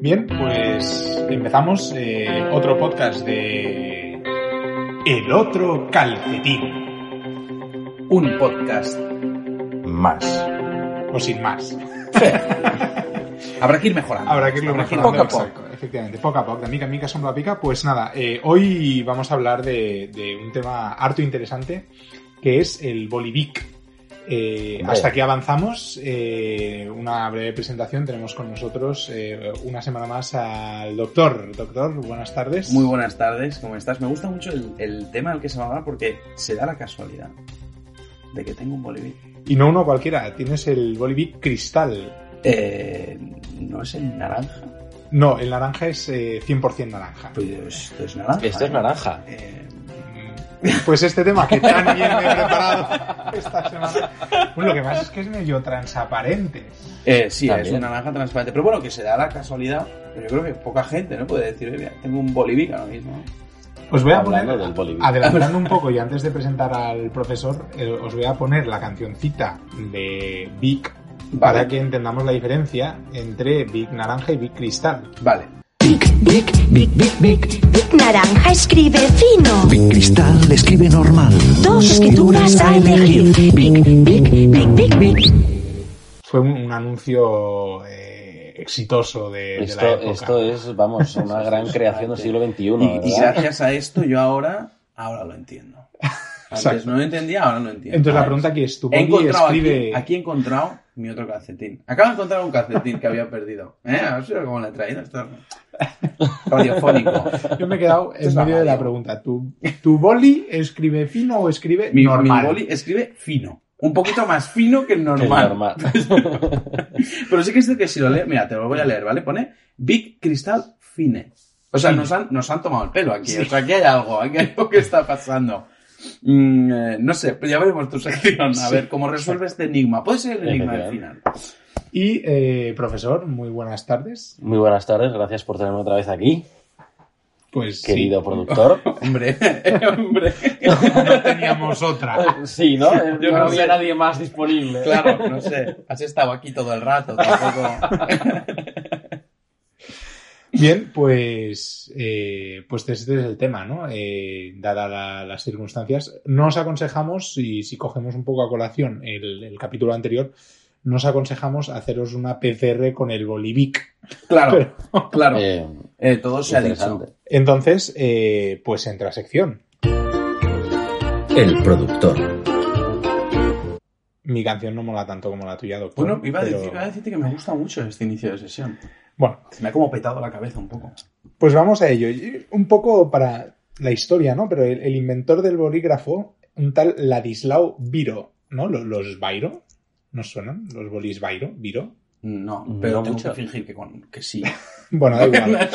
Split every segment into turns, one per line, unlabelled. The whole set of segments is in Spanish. Bien, pues empezamos eh, otro podcast de El Otro Calcetín.
Un podcast más.
o sin más.
Habrá que ir mejorando.
Habrá que irlo
Habrá
mejorando.
ir poco a
exacto, Efectivamente, poco a poco, de mica en mica, sombra a pica. Pues nada, eh, hoy vamos a hablar de, de un tema harto interesante, que es el Bolivic. Eh,
Hombre.
hasta aquí avanzamos. eh, una breve presentación. Tenemos con nosotros eh, una semana más al doctor. Doctor, buenas tardes.
poco. Muy buenas tardes, ¿cómo estás? Me gusta mucho el, el tema al que se va a hablar porque se da la casualidad de que tengo un Bolivic.
Y no uno cualquiera, tienes el Bolivic Cristal.
Eh, ¿No es el naranja?
No, el naranja es eh, 100% naranja.
Pues esto es naranja.
Esto es
¿eh?
naranja.
Eh,
Pues este tema que tan bien me he preparado esta semana. Pues lo que pasa es que es medio transaparente.
eh, sí,
También.
es una naranja transparente. Pero bueno, que se da la casualidad. Pero yo creo que poca gente no puede decir, "Oye, mira, tengo un Bolivic ahora mismo.
Os voy a
Hablando
poner,
del Bolivia.
adelantando un poco y antes de presentar al profesor, eh, os voy a poner la cancioncita de Vic para que entendamos la diferencia entre Vic naranja y Vic cristal.
Vale.
Big, big, big, big, big.
Naranja escribe fino.
Big Cristal escribe normal.
Dos escrituras a elegir.
Big, big, big, big, big.
Fue un, un anuncio eh, exitoso de, de la
Esto,
época.
esto es, vamos, una gran creación del siglo XXI.
Y, y
¿verdad?
gracias a esto yo ahora, ahora lo entiendo. Antes
Exacto.
no lo entendía, ahora lo entiendo.
Entonces la
Ahora
pregunta aquí es, ¿tu
He
boli
encontrado
escribe...?
aquí, aquí he encontrado mi otro calcetín. Acabo de encontrar un calcetín que había perdido. ¿Eh? A ver si cómo le he traído. Esto es radiofónico.
Yo me he quedado
Esto es
en medio de la
radio.
pregunta. ¿Tu, tu boli escribe fino o escribe
Mi,
normal?
mi boli escribe fino. Un poquito más fino que el
Que es
normal.
normal.
Pero sí que es cierto que si lo leo, mira, te lo voy a leer, ¿vale? Pone Big Cristal Fine. O sea, nos han, nos han tomado el pelo aquí. O sea, aquí hay algo, aquí hay algo que está pasando. Mm, eh, no sé, pues ya veremos tu sección, a ver cómo resuelve este enigma. Puede ser el enigma del final.
Y, eh, profesor, muy buenas tardes.
Muy buenas tardes, gracias por tenerme otra vez aquí,
Pues sí,
querido productor.
Hombre, hombre.
no teníamos otra.
Sí, ¿no?
Yo
no
no
había
sé.
nadie más disponible.
Claro, no sé. Has estado aquí todo el rato, tampoco.
Bien, pues, eh, pues este es el tema, ¿no? Eh, Dadas las circunstancias, nos aconsejamos, y si cogemos un poco a colación el, el capítulo anterior, nos aconsejamos haceros una PCR con el Bolivic.
Claro, claro.
Eh,
Eh, todo se ha dicho.
interesante.
Entonces, eh, pues entra sección.
El productor.
Mi canción no mola tanto como la tuya, doctor.
Bueno, iba a,
pero-
decir- iba a decirte que me gusta mucho este inicio de sesión.
Bueno,
Me ha como petado la cabeza un poco.
Pues vamos a ello. Y Un poco para la historia, ¿no? Pero el, el inventor del bolígrafo, un tal Ladislao Viro, ¿no? Lo- Los, Vairo, ¿nos suenan? Los bolis Vairo, Viro.
No,
No
pero tengo
mucho.
que fingir que, con, que sí.
Bueno, da igual.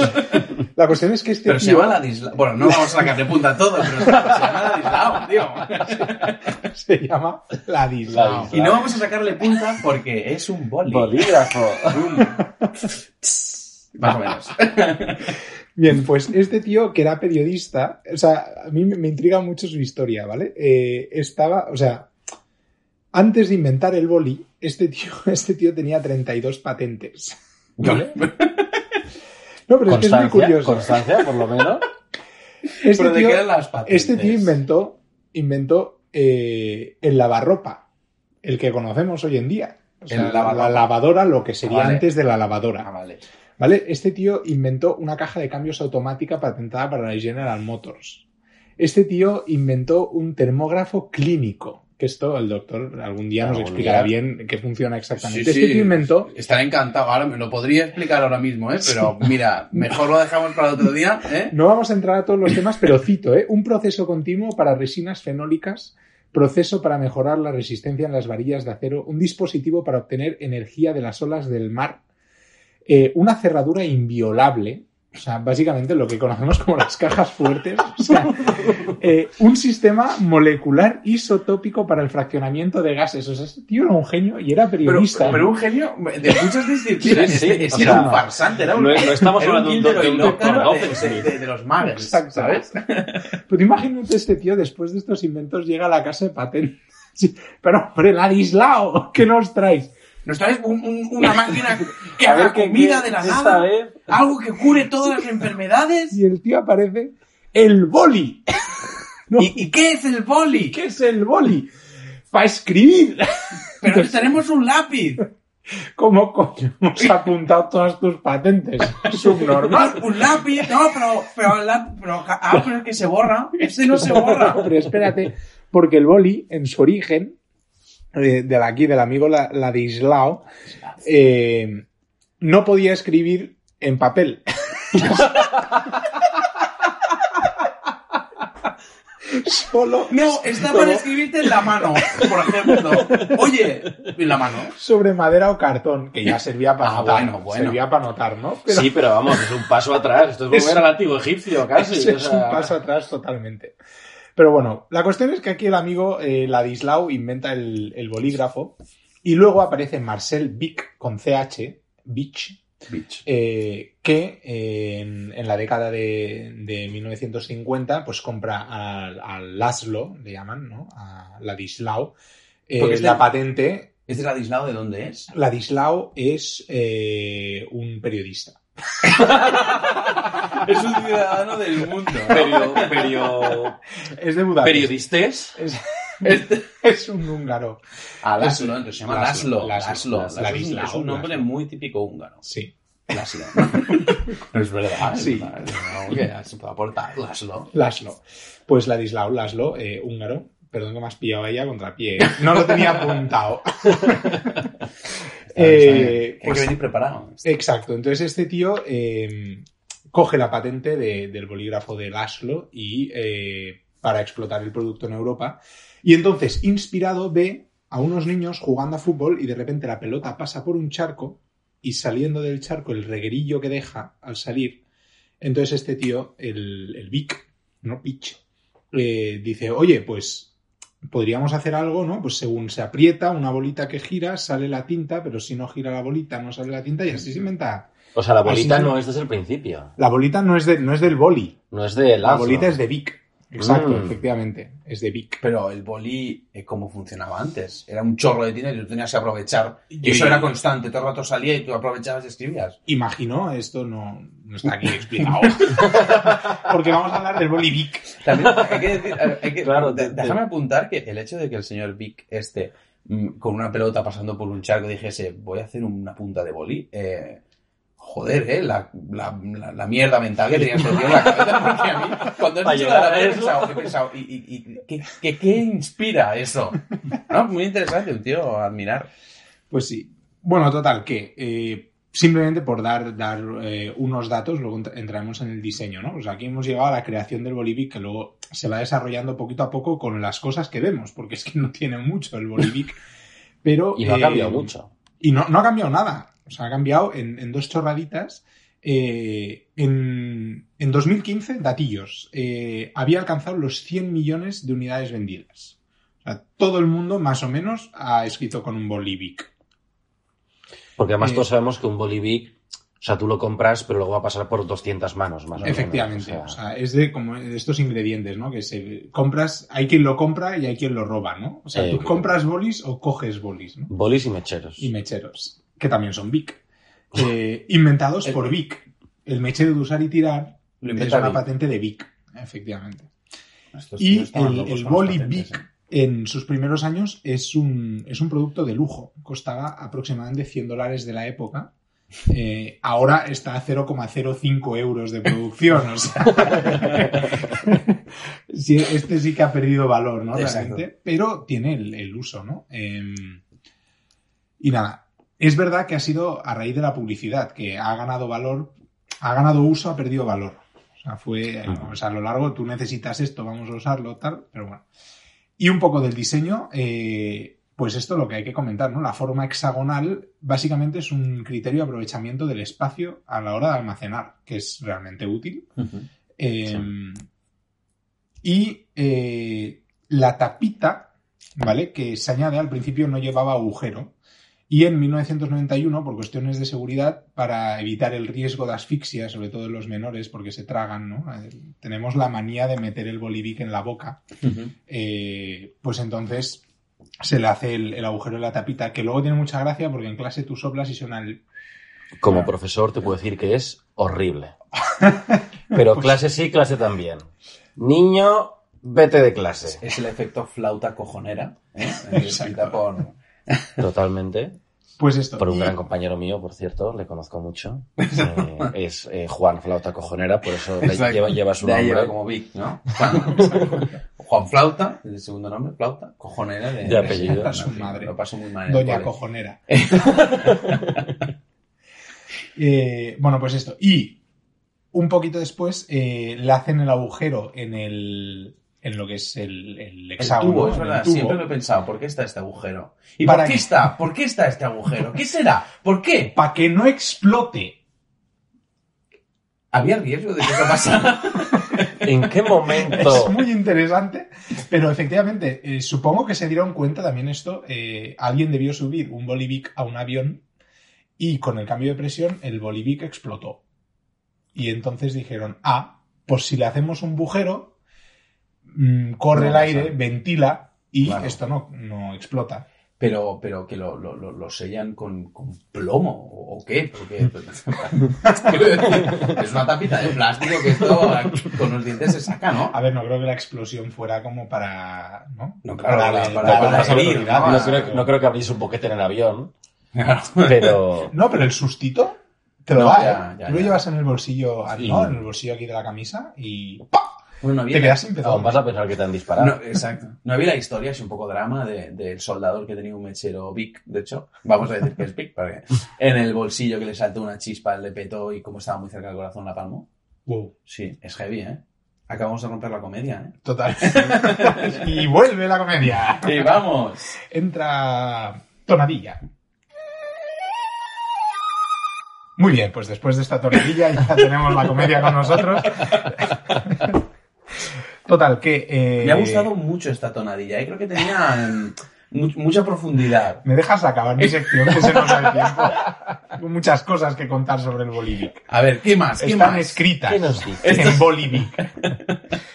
la cuestión es que este
Pero se
tío-
llama Ladislao. Bueno, no vamos a sacar de punta todo, pero se llama Ladislao, tío.
se llama Ladislao.
Ladislao.
Y no vamos a sacarle punta porque es un boli.
Bolígrafo.
Un- Más o menos.
Bien, pues este tío que era periodista, o sea, a mí me me intriga mucho su historia, ¿vale? Eh, estaba, o sea, antes de inventar el boli, este tío, este tío tenía 32 patentes. ¿Vale? No, pero es que es muy
Constancia,
curioso.
constancia, por lo menos.
Este
pero de
tío,
qué eran las patentes.
este tío inventó, inventó eh, el lavarropa, el que conocemos hoy en día. O sea,
El
la- la,
lavarropa.
lavadora, lo que sería
Ah, vale.
antes de la
Ah,
lavadora.
vale.
¿Vale? Este tío inventó una caja de cambios automática patentada para la General Motors. Este tío inventó un termógrafo clínico. Que esto el doctor algún día nos
Algún
explicará
día.
bien qué funciona exactamente.
Sí,
este
sí.
tío inventó.
Estaré encantado. Ahora me lo podría explicar ahora mismo, ¿eh? Pero mira, mejor lo dejamos para otro día, ¿eh?
No vamos a entrar a todos los temas, pero cito, ¿eh? Un proceso continuo para resinas fenólicas proceso para mejorar la resistencia en las varillas de acero, un dispositivo para obtener energía de las olas del mar, eh, una cerradura inviolable, o sea, básicamente lo que conocemos como las cajas fuertes, o sea, eh, un sistema molecular isotópico para el fraccionamiento de gases. O sea, este tío era un genio y era
Pero,
periodista.
pero un genio de muchas disciplinas.
Sí, sí,
Este-
o
este era
sea,
un farsante, era un.
no, no estamos
era un
hablando de un, de,
Gilderoy
un
Lockhart
doctor
de- de,
Doofenshmirtz.
de los magos,
Exacto.
¿sabes?
Pero imagínate este tío después de estos inventos llega a la casa de patentes. Sí, pero hombre, Ladislao, ¿qué nos traes?
Nos traes un- un- una máquina que
A
haga
ver qué-
comida
qué-
de la
esta eh.
nada,
vez.
algo que cure todas las enfermedades.
Y el tío aparece, el boli. No.
¿Y, y qué es el boli?
¿Qué es el boli? Para escribir.
Pero tenemos un lápiz,
¿Cómo coño hemos apuntado todas tus patentes?
Ah,
Subnormal.
un lápiz, no, pero, pero, la- pero, ah, pero es que se borra, este no se borra.
Pero espérate, porque el boli, en su origen, eh, de aquí, del amigo La- Ladislao, eh, no podía escribir en papel. Solo
No, está para escribirte en la mano, por ejemplo. Oye, en la mano.
sobre madera o cartón, que ya servía para
Ah,
anotar.
bueno, bueno.
Servía para anotar, ¿no? Pero
Sí, pero vamos, es un paso atrás. Esto es volver
Es-
al antiguo egipcio, casi.
es,
o
es
sea.
un paso atrás totalmente. Pero bueno, la cuestión es que aquí el amigo eh, Ladislao inventa el, el bolígrafo y luego aparece Marcel Vic con CH, Beach, eh, que eh, en, en la década de, de 1950 pues compra al, al Laszlo, le llaman, ¿no? A Ladislao, eh,
Porque este-
la patente.
¿Este Ladislao de dónde es?
Ladislao es eh, un periodista.
Es un ciudadano del mundo.
Perio, perio,
Es de Budapest.
periodistes.
Es,
Este-
es un húngaro.
A Ah, Laszlo,
Laszlo,
entonces se llama
Laszlo,
Laszlo.
Laszlo, Laszlo,
Laszlo. Laszlo es un-
Ladislao,
es un nombre
Laszlo.
muy típico húngaro.
Sí.
Laszlo. No es verdad.
Sí.
Sí. Que se puede aportar. Laszlo.
Laszlo. Pues Ladislao Laszlo, eh, húngaro. Perdón que me has pillado ahí a contrapié. ¿eh? No lo tenía apuntado. Eh,
Hay que
pues-
venir preparado.
exacto. Entonces este tío eh, coge la patente de- del bolígrafo de Laszlo y eh, para explotar el producto en Europa. Y entonces, inspirado, ve a unos niños jugando a fútbol y de repente la pelota pasa por un charco y saliendo del charco el reguerillo que deja al salir. Entonces este tío, el, el Vic, ¿no? Pitch, eh, dice, oye, pues podríamos hacer algo, ¿no? Pues según se aprieta una bolita que gira, sale la tinta, pero si no gira la bolita, no sale la tinta y así se inventa.
O sea, la bolita
Así-
no es desde el principio.
La bolita no es, de, no es del boli,
No es de
la bolita es de Vic. Exacto,
Mm.
efectivamente, es de Vic.
Pero el boli, eh, ¿cómo funcionaba antes? Era un chorro de dinero y tú tenías que aprovechar. Y
Yo-
eso era constante. Todo el rato salía y tú aprovechabas y escribías.
Imagino, esto no, no está aquí explicado. Porque vamos a hablar del boli Vic.
También hay que decir, eh, hay que-
Claro,
de-
te-
déjame apuntar que el hecho de que el señor Vic este mm, con una pelota pasando por un charco dijese voy a hacer una punta de bolí, eh, joder, eh, la, la- la- la mierda mental que tenía este tío en la cabeza, porque a mí cuando
Para
he dicho
llegar
la
a
verdad, he
eso.
pensado, he pensado, ¿y, y- y qué, qué- qué inspira eso? No, muy interesante, un tío a admirar.
Pues sí. Bueno, total, que eh, simplemente por dar, dar eh, unos datos, luego ent- entraremos en el diseño, ¿no? Pues aquí hemos llegado a la creación del Bolivic, que luego se va desarrollando poquito a poco con las cosas que vemos, porque es que no tiene mucho el Bolivic. Pero,
Y no ha
eh,
cambiado mucho.
Y no, no ha cambiado nada. O sea, ha cambiado en, en dos chorraditas. Eh, en, en 2015, datillos, eh, había alcanzado los 100 millones de unidades vendidas. O sea, todo el mundo, más o menos, ha escrito con un Bolivic.
Porque además
eh,
todos sabemos que un bolivic, o sea, tú lo compras, pero luego va a pasar por 200 manos, más o menos.
Efectivamente,
O
o
sea,
sea, es de como de estos ingredientes, ¿no? Que se compras, hay quien lo compra y hay quien lo roba, ¿no? O sea,
Eh,
tú compras bolis o coges bolis, ¿no?
bolis y mecheros.
Y mecheros, que también son Vic. Eh, inventados
El-
por Vic. El mechero de usar y tirar
Lo
es
inventa
una
Vic.
patente de Vic, efectivamente.
Estos
Y
tíos estaban
el,
locos
el
con las
boli
patentes, ¿eh?
Vic en sus primeros años es un, es un producto de lujo. Costaba aproximadamente 100 dólares de la época. Eh, ahora está a 0,05 euros de producción. o sea. Sí, este sí que ha perdido valor, ¿no?
Exacto.
Realmente. Pero tiene el, el uso, ¿no? Em, y nada, es verdad que ha sido a raíz de la publicidad, que ha ganado valor, ha ganado uso, ha perdido valor. O sea, fue, eh, o sea, a lo largo tú necesitas esto, vamos a usarlo, tal, pero bueno. Y un poco del diseño, eh, pues esto es lo que hay que comentar, ¿no? La forma hexagonal básicamente es un criterio de aprovechamiento del espacio a la hora de almacenar, que es realmente útil. Eh, Y eh, la tapita, ¿vale? Que se añade al principio no llevaba agujero. Y en 1991, por cuestiones de seguridad, para evitar el riesgo de asfixia, sobre todo en los menores, porque se tragan, ¿no? Eh, Tenemos la manía de meter el bolivic en la boca. Eh, pues entonces se le hace el, el agujero en la tapita, que luego tiene mucha gracia porque en clase tú soplas y suena el...
Como profesor te puedo decir que es horrible. Pero clase sí, clase también. Niño, vete de clase.
Es el efecto flauta cojonera, ¿eh?
Exacto.
escrita por...
Totalmente.
Pues esto.
Por un
Y-
gran compañero mío, por cierto, le conozco mucho. Eh, es eh, Juan Flauta Cojonera, por eso le
Exacto.
lleva, lleva su
De ahí
nombre.
lleva como Vic, ¿no? Juan, Juan Flauta, el segundo nombre, Flauta, cojonera de,
De apellido.
de-
Su madre.
Lo paso muy mal. en el
Doña
cole.
Cojonera. Eh, bueno, pues esto. Y un poquito después eh, le hacen el agujero en el en lo que es el, el
El
hexágono.
tubo, es
en el
verdad,
tubo.
siempre lo he pensado, ¿por qué está este agujero? ¿Y
¿Para
por qué
qué?
está? ¿Por qué está este agujero? ¿Qué será? ¿Por qué?
Para que no explote.
Había riesgo de que eso pasara.
¿En qué
Es
momento?
muy interesante. Pero efectivamente, eh, supongo que se dieron cuenta también esto. eh, alguien debió subir un bolivic a un avión y con el cambio de presión el bolivic explotó. Y entonces dijeron, ah, pues si le hacemos un bujero, mm, corre
No
el
pasa.
aire, ventila y
Claro.
esto no, no explota.
Pero, pero que lo, lo, lo, lo sellan con, con plomo, ¿o o qué? Porque Quiero decir, es una tapita de plástico que esto con los dientes se saca, ¿no?
A ver, no creo que la explosión fuera como para... No,
No, claro,
para,
para-
para-
para
para las
herir,
autoridades.
No creo, no creo que abrís un boquete en el avión,
Claro.
pero
No, pero el sustito te lo
No,
da,
ya,
¿eh?
ya,
Tú lo
ya.
llevas en el bolsillo, ah,
Sí.
¿no? En el bolsillo aquí de la camisa y ¡pam!
Bueno, no había-
Te quedas sin pezón.
aún vas a pensar que te han disparado.
No, exacto. No había la historia, es un poco drama de- del soldador que tenía un mechero Vic, de hecho, vamos a decir que es Vic, porque en el bolsillo que le saltó una chispa, le petó y como estaba muy cerca del corazón la palmó.
Wow,
Sí, es heavy, ¿eh? Acabamos de romper la comedia, ¿eh?
total. y vuelve la comedia.
Y vamos.
Entra tonadilla. Muy bien, pues después de esta tonadilla ya tenemos la comedia con nosotros. Total, que... eh,
Me ha gustado mucho esta tonadilla, ¿eh? Creo que tenía em, mu- mucha profundidad.
Me dejas acabar mi sección, que se nos da el tiempo. Tengo muchas cosas que contar sobre el Bolivia.
A ver, ¿qué más? ¿Qué
Están
más?
escritas.
¿Qué nos dice?
en Bolivic.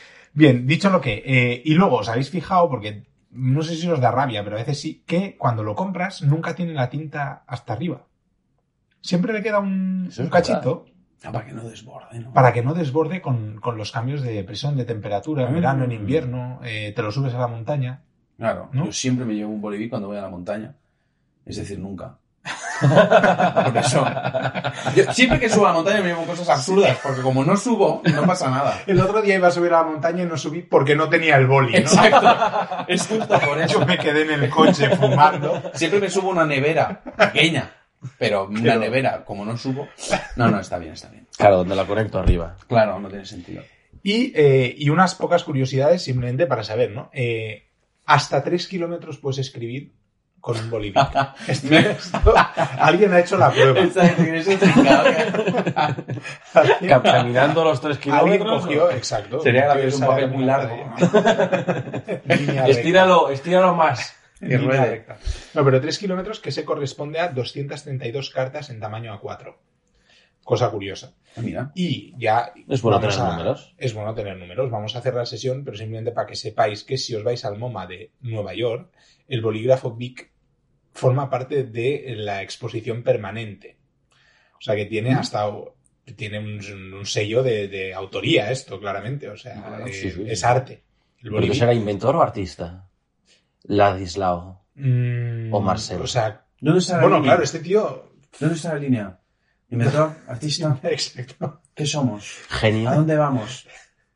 Bien, dicho lo que, eh, y luego os habéis fijado, porque no sé si os da rabia, pero a veces sí, que cuando lo compras nunca tiene la tinta hasta arriba. Siempre le queda un,
Eso es
un cachito
Ah, para que no desborde, ¿no?
para que no desborde con, con los cambios de presión, de temperatura, en
Ah.
verano, en invierno, eh, te lo subes a la montaña.
Claro,
¿No?
yo siempre me llevo un boliví cuando voy a la montaña. Es decir, nunca. Por eso. Yo siempre que subo a la montaña me llevo cosas absurdas, porque como no subo, no pasa nada.
El otro día iba a subir a la montaña y no subí porque no tenía el boli,
Exacto. Es justo por eso.
me quedé en el coche fumando.
Siempre me subo a una nevera pequeña, pero una
Pero-
nevera, como no subo. No, no, está bien, está bien.
Claro, donde la conecto arriba.
Claro, no tiene sentido.
Y, eh, y unas pocas curiosidades simplemente para saber, ¿no? Eh, hasta 3 kilómetros puedes escribir con un bolígrafo.
Me-
Alguien ha hecho la prueba.
Esta- es un trincado.
Ca-
Alguien,
Caminando los tres
alguien
kilómetros.
cogió, exacto.
Sería
cogió
gracioso un
esa
papel muy largo.
línea recta.
Estíralo, estíralo más.
Que
Línea
ruede.
recta. No, pero 3 kilómetros que se corresponde a 232 cartas en tamaño A4. Cosa curiosa.
Ah, Mira.
Y ya.
Es bueno
vamos
tener
a-
números.
Es bueno tener números. Vamos a cerrar la sesión, pero simplemente para que sepáis que si os vais al MoMA de Nueva York, el bolígrafo Bic forma parte de la exposición permanente. O sea que
Mm.
tiene hasta. Tiene un, un sello de, de autoría esto, claramente. O sea,
Claro,
eh,
sí, sí.
es arte. El
¿Pero que
Bic.
será inventor o artista? Ladislao.
Mm,
o Marcel.
O sea,
¿Dónde está la
bueno,
línea?
claro, este tío.
¿Dónde está la línea? Inventor, artista,
Exacto.
¿qué somos? ¿A
Ah.
Genio.
dónde vamos?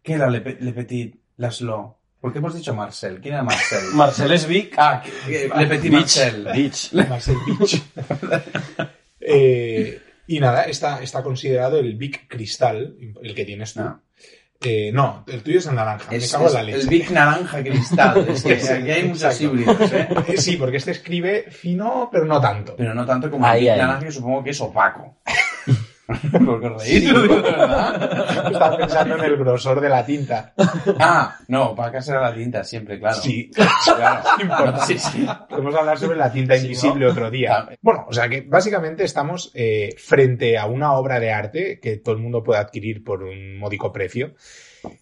¿Qué era Le, Pe- Le Petit Laszlo? ¿Por qué hemos dicho Marcel? ¿Quién era Marcel?
Marcel Esvic.
ah, que- que- Le Petit Marcel.
Ditch.
Marcel Beach. Eh, y nada, está, está considerado el Big Cristal, el que tienes tú.
Ah.
Eh, no, el tuyo es el naranja.
Es,
Ah, me cago en la
es
leche.
el Big Naranja Cristal. Es que aquí hay muchas
Exacto.
híbridos, ¿eh?
Eh, Sí, porque este escribe fino, pero no tanto.
Pero no tanto como
Ahí,
el Big
ahí.
Naranja, que supongo que es opaco. Porque reír, lo digo de verdad.
Estaba pensando en el grosor de la tinta.
Ah, no, opaca será la tinta siempre, claro.
Sí,
claro.
Importante.
Sí, sí.
podemos hablar sobre la tinta
Sí, ¿no?
invisible otro día.
Claro.
Bueno, o sea que básicamente estamos eh, frente a una obra de arte que todo el mundo puede adquirir por un módico precio.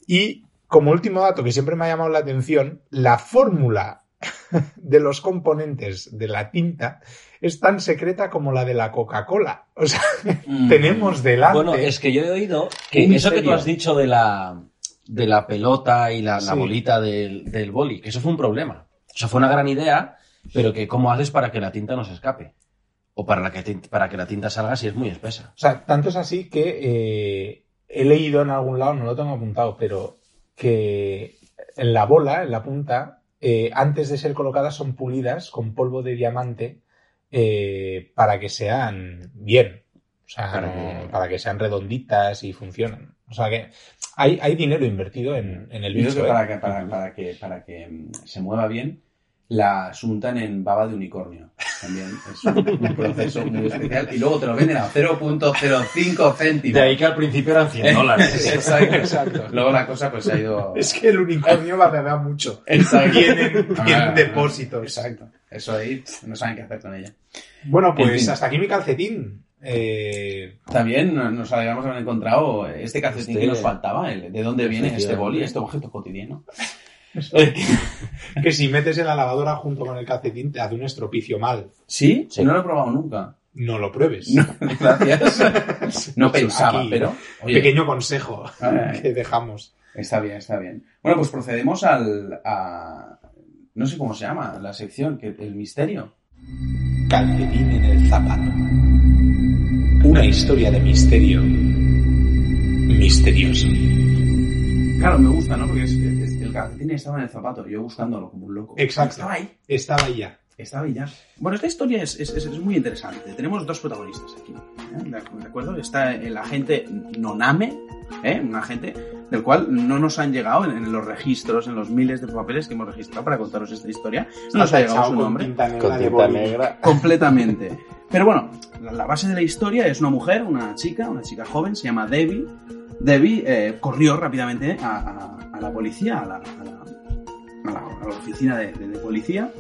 Y como último dato que siempre me ha llamado la atención, la fórmula de los componentes de la tinta es tan secreta como la de la Coca-Cola. O sea,
Mm.
tenemos delante...
Bueno, es que yo he oído que
Un
eso que tú
misterio.
has dicho de la, de la pelota y la, la
Sí.
bolita del, del boli, que eso fue un problema. O sea, fue una gran idea, pero que cómo haces para que la tinta no se escape. O para, la que tin- para que la tinta salga si es muy espesa.
O sea, tanto es así que eh, he leído en algún lado, no lo tengo apuntado, pero que en la bola, en la punta, eh, antes de ser colocadas son pulidas con polvo de diamante eh, para que sean bien. O sea,
Para
no- para,
que-
que... sean redonditas y funcionen. O sea que hay, hay dinero invertido en, en el
Yo creo que
bicho. ¿eh?
para que, para, para que, para que mm, se mueva bien, la asuntan en baba de unicornio. También es un, un proceso muy especial. Y luego te lo venden a 0.05 céntimos.
que al principio eran 100
Exacto, exacto. Luego la cosa pues se ha ido...
Es que el unicornio va a dar mucho.
Exacto.
Vienen,
Ah,
vienen depósitos.
Exacto. Eso ahí pff, no saben qué hacer con ella.
Bueno, pues
En fin.
hasta aquí mi calcetín. Eh,
También no- nos habíamos haber encontrado este calcetín
Este-
que nos faltaba, el- de dónde viene este boli, este objeto cotidiano.
que si metes en la lavadora junto con el calcetín te hace un estropicio mal.
¿Sí?
Sí.
No lo he probado nunca.
No lo pruebes.
No, gracias. No
Aquí,
pensaba, pero... oye,
Pequeño consejo
Ah,
que dejamos.
Está bien, está bien. Bueno, pues procedemos al... a- No sé cómo se llama la sección, que el misterio.
Calcetín en el zapato. Una historia de misterio. Misterioso.
Claro, me gusta, ¿no? Porque es, es- el calcetín estaba en el zapato, yo buscándolo como un loco.
Exacto.
Estaba ahí.
Estaba ya.
Estaba ya. Bueno, esta historia es, es- es- es muy interesante. Tenemos dos protagonistas aquí. ¿eh? ¿De acu- de acuerdo? Está el agente Noname, ¿eh? un agente del cual no nos han llegado en, en los registros, en los miles de papeles que hemos registrado para contaros esta historia. No nos ha llegado
Tachado
su
con
nombre
tinta negra
Con
de
tinta
boli.
negra.
completamente. Pero bueno, la, la base de la historia es una mujer, una chica, una chica joven, se llama Debbie. Debbie eh, corrió rápidamente a, a- a la policía, a la, a la- a la- a la oficina de, de- de policía,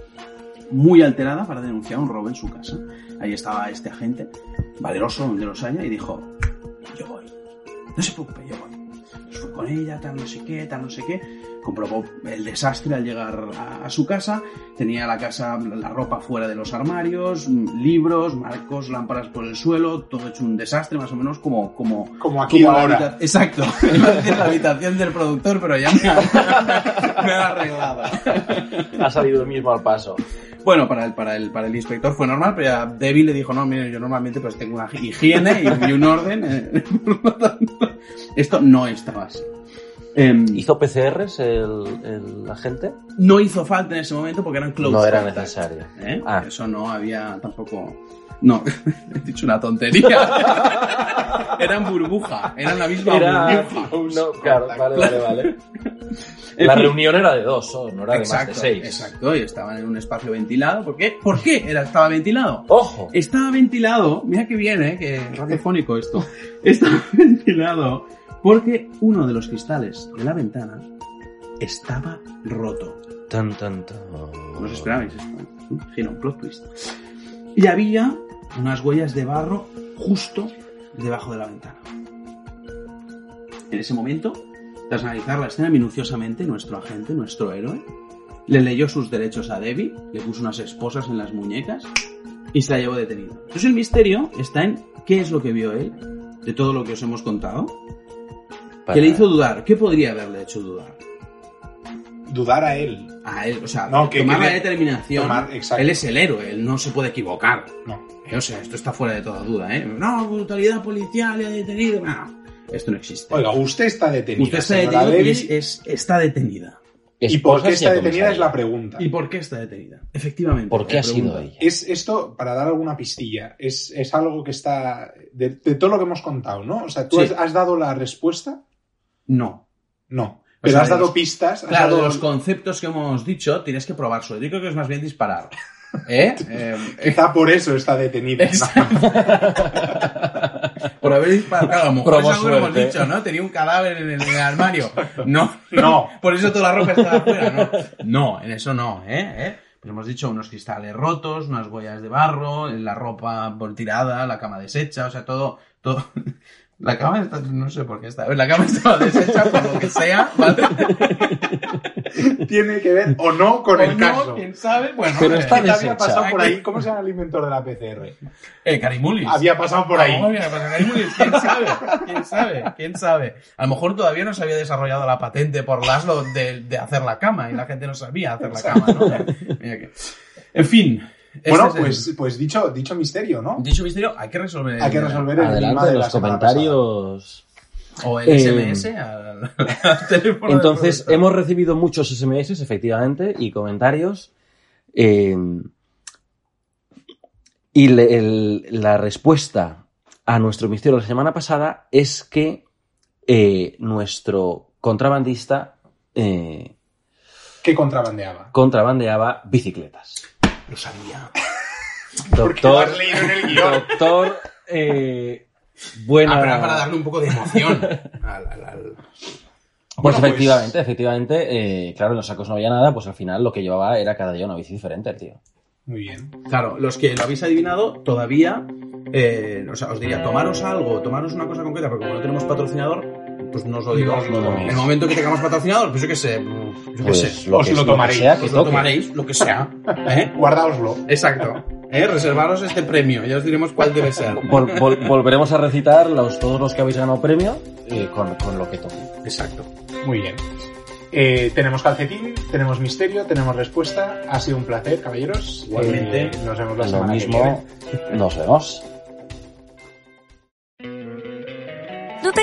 muy alterada para denunciar un robo en su casa. Ahí estaba este agente, valeroso donde los haya, y dijo, yo voy. No se preocupe, yo voy. Pues fue con ella, tal no sé qué, tal no sé qué. Comprobó el desastre al llegar a- a su casa Tenía la casa, la ropa fuera de los armarios, mm, libros, marcos, lámparas por el suelo, todo hecho un desastre, más o menos como. como
Como aquí
como la
ahora.
habita- Exacto. Iba a decir la habitación del productor, pero ya me ha- me ha arreglado.
Ha salido el mismo al paso.
Bueno, para el, para el, para el inspector fue normal, pero ya Debbie le dijo, no, mire, yo normalmente pues tengo una higiene y, y un orden. eh, por lo tanto, esto no estaba así. Em,
¿Hizo PCRs el, el agente?
no hizo falta en ese momento porque eran close
No era
contacts.
necesario.
¿eh?
Ah.
Eso no había tampoco. No, he dicho una tontería. eran burbuja, eran la misma
Era...
burbuja.
No, claro, vale, vale, vale.
En
La
fin.
reunión era de dos, oh, no era de
exacto,
más de seis.
exacto, y estaban en un espacio ventilado. ¿Por qué? ¿Por qué era, estaba ventilado?
¡Ojo!
Estaba ventilado, mira que bien, ¿eh? que radiofónico esto. Estaba ventilado porque uno de los cristales de la ventana estaba roto.
Tan, tan, tan.
No os esperabais esto. Gira un plot twist. Y había unas huellas de barro justo debajo de la ventana. En ese momento, tras analizar la escena minuciosamente, nuestro agente, nuestro héroe, le leyó sus derechos a Debbie, le puso unas esposas en las muñecas y se la llevó detenida. Entonces el misterio está en qué es lo que vio él de todo lo que os hemos contado, que le hizo dudar. ¿Qué podría haberle hecho dudar?
Dudar a él.
a él, o sea,
No, que-
tomar
que
la
le-
determinación.
tomar- exacto.
él es el héroe, él no se puede equivocar.
No.
Eh, O sea, esto está fuera de toda duda, ¿eh? No, brutalidad policial, le ha detenido. No, esto no existe.
Oiga, usted está detenido.
Usted está
señora
detenida y
Levy.
es- es- está detenida.
¿Y por qué está detenida? Es la pregunta.
¿Y por qué está detenida? Efectivamente.
¿Por qué
la
ha sido
pregunta.
ella?
Es esto, para dar alguna pistilla, es, es algo que está de, de todo lo que hemos contado, ¿no? O sea, tú
Sí.
has, has dado la respuesta,
No.
No.
O
Pero
sea,
has dado
los-
pistas. has
Claro,
dado-
los conceptos que hemos dicho tienes que probar solo. Yo creo que es más bien disparar. ¿Eh? Eh,
Quizá por eso está detenido.
por haber disparado. Claro, a lo mejor
Probó
es algo que hemos
suerte.
dicho, ¿no? Tenía un cadáver en el, en el armario. No,
No.
Por eso toda la ropa estaba afuera, ¿no? No, en eso no, ¿eh? ¿Eh? Pues hemos dicho unos cristales rotos, unas huellas de barro, la ropa voltirada, la cama deshecha, o sea, todo, todo. La cama está, no sé por qué está, la cama estaba deshecha por lo que sea, ¿vale?
¿no? Tiene que ver o no con
O
el
no,
caso.
quién sabe, bueno,
Pero
eh,
está
Quizá había
deshecha.
pasado por ahí. ¿Cómo se llama el inventor de la PCR?
eh, Carimulis.
Había pasado por
No,
ahí.
mira, pues Carimulis, ¿Quién sabe? ¿Quién sabe? ¿Quién sabe? A lo mejor todavía no se había desarrollado la patente por Laszlo de, de hacer la cama y la gente no sabía hacer la cama, ¿no? Mira que- En fin. este
Bueno,
es el-
pues, pues dicho, dicho misterio, ¿no?
Dicho misterio, hay que resolver. el-
Hay que resolver el enigma
Adelante
de
en
la
los
semana
comentarios.
O el
Eh,
SMS al, al teléfono. del
Entonces,
profesor.
hemos recibido muchos SMS, efectivamente, y comentarios. eh, y le- el- la respuesta a nuestro misterio de la semana pasada es que eh, nuestro contrabandista eh,
pasada. ¿Qué contrabandeaba?
contrabandeaba bicicletas.
Lo sabía.
Porque lo
Doctor,
has leído en el guión.
doctor, eh, buena.
Ah, pero era para darle un poco de emoción al- al- al-
Pues
Bueno, pues-
efectivamente, efectivamente, eh, claro, en los sacos no había nada, pues al final lo que llevaba era cada día una bici diferente, el tío.
Muy bien.
Claro, los que lo habéis adivinado todavía, eh, o sea, os diría, tomaros algo, tomaros una cosa concreta, porque como no tenemos patrocinador, pues no os lo digo.
No os lo
en el momento que tengamos patrocinador, pues yo qué sé, yo qué sé,
Os
que-
lo
que
tomaréis,
sea que
pues lo
toque.
tomaréis, lo que sea. ¿eh?
Guardaoslo.
Exacto. ¿eh? Reservaros este premio, ya os diremos cuál debe ser.
Vol- vol- volveremos a recitar los, todos los que habéis ganado premio eh, con, con lo que toque.
Exacto.
Muy bien. Eh, tenemos calcetín, tenemos misterio, tenemos respuesta. Ha sido un placer, caballeros.
Igualmente.
Eh, nos vemos la
Lo
semana que viene.
mismo, nos vemos.
¿No te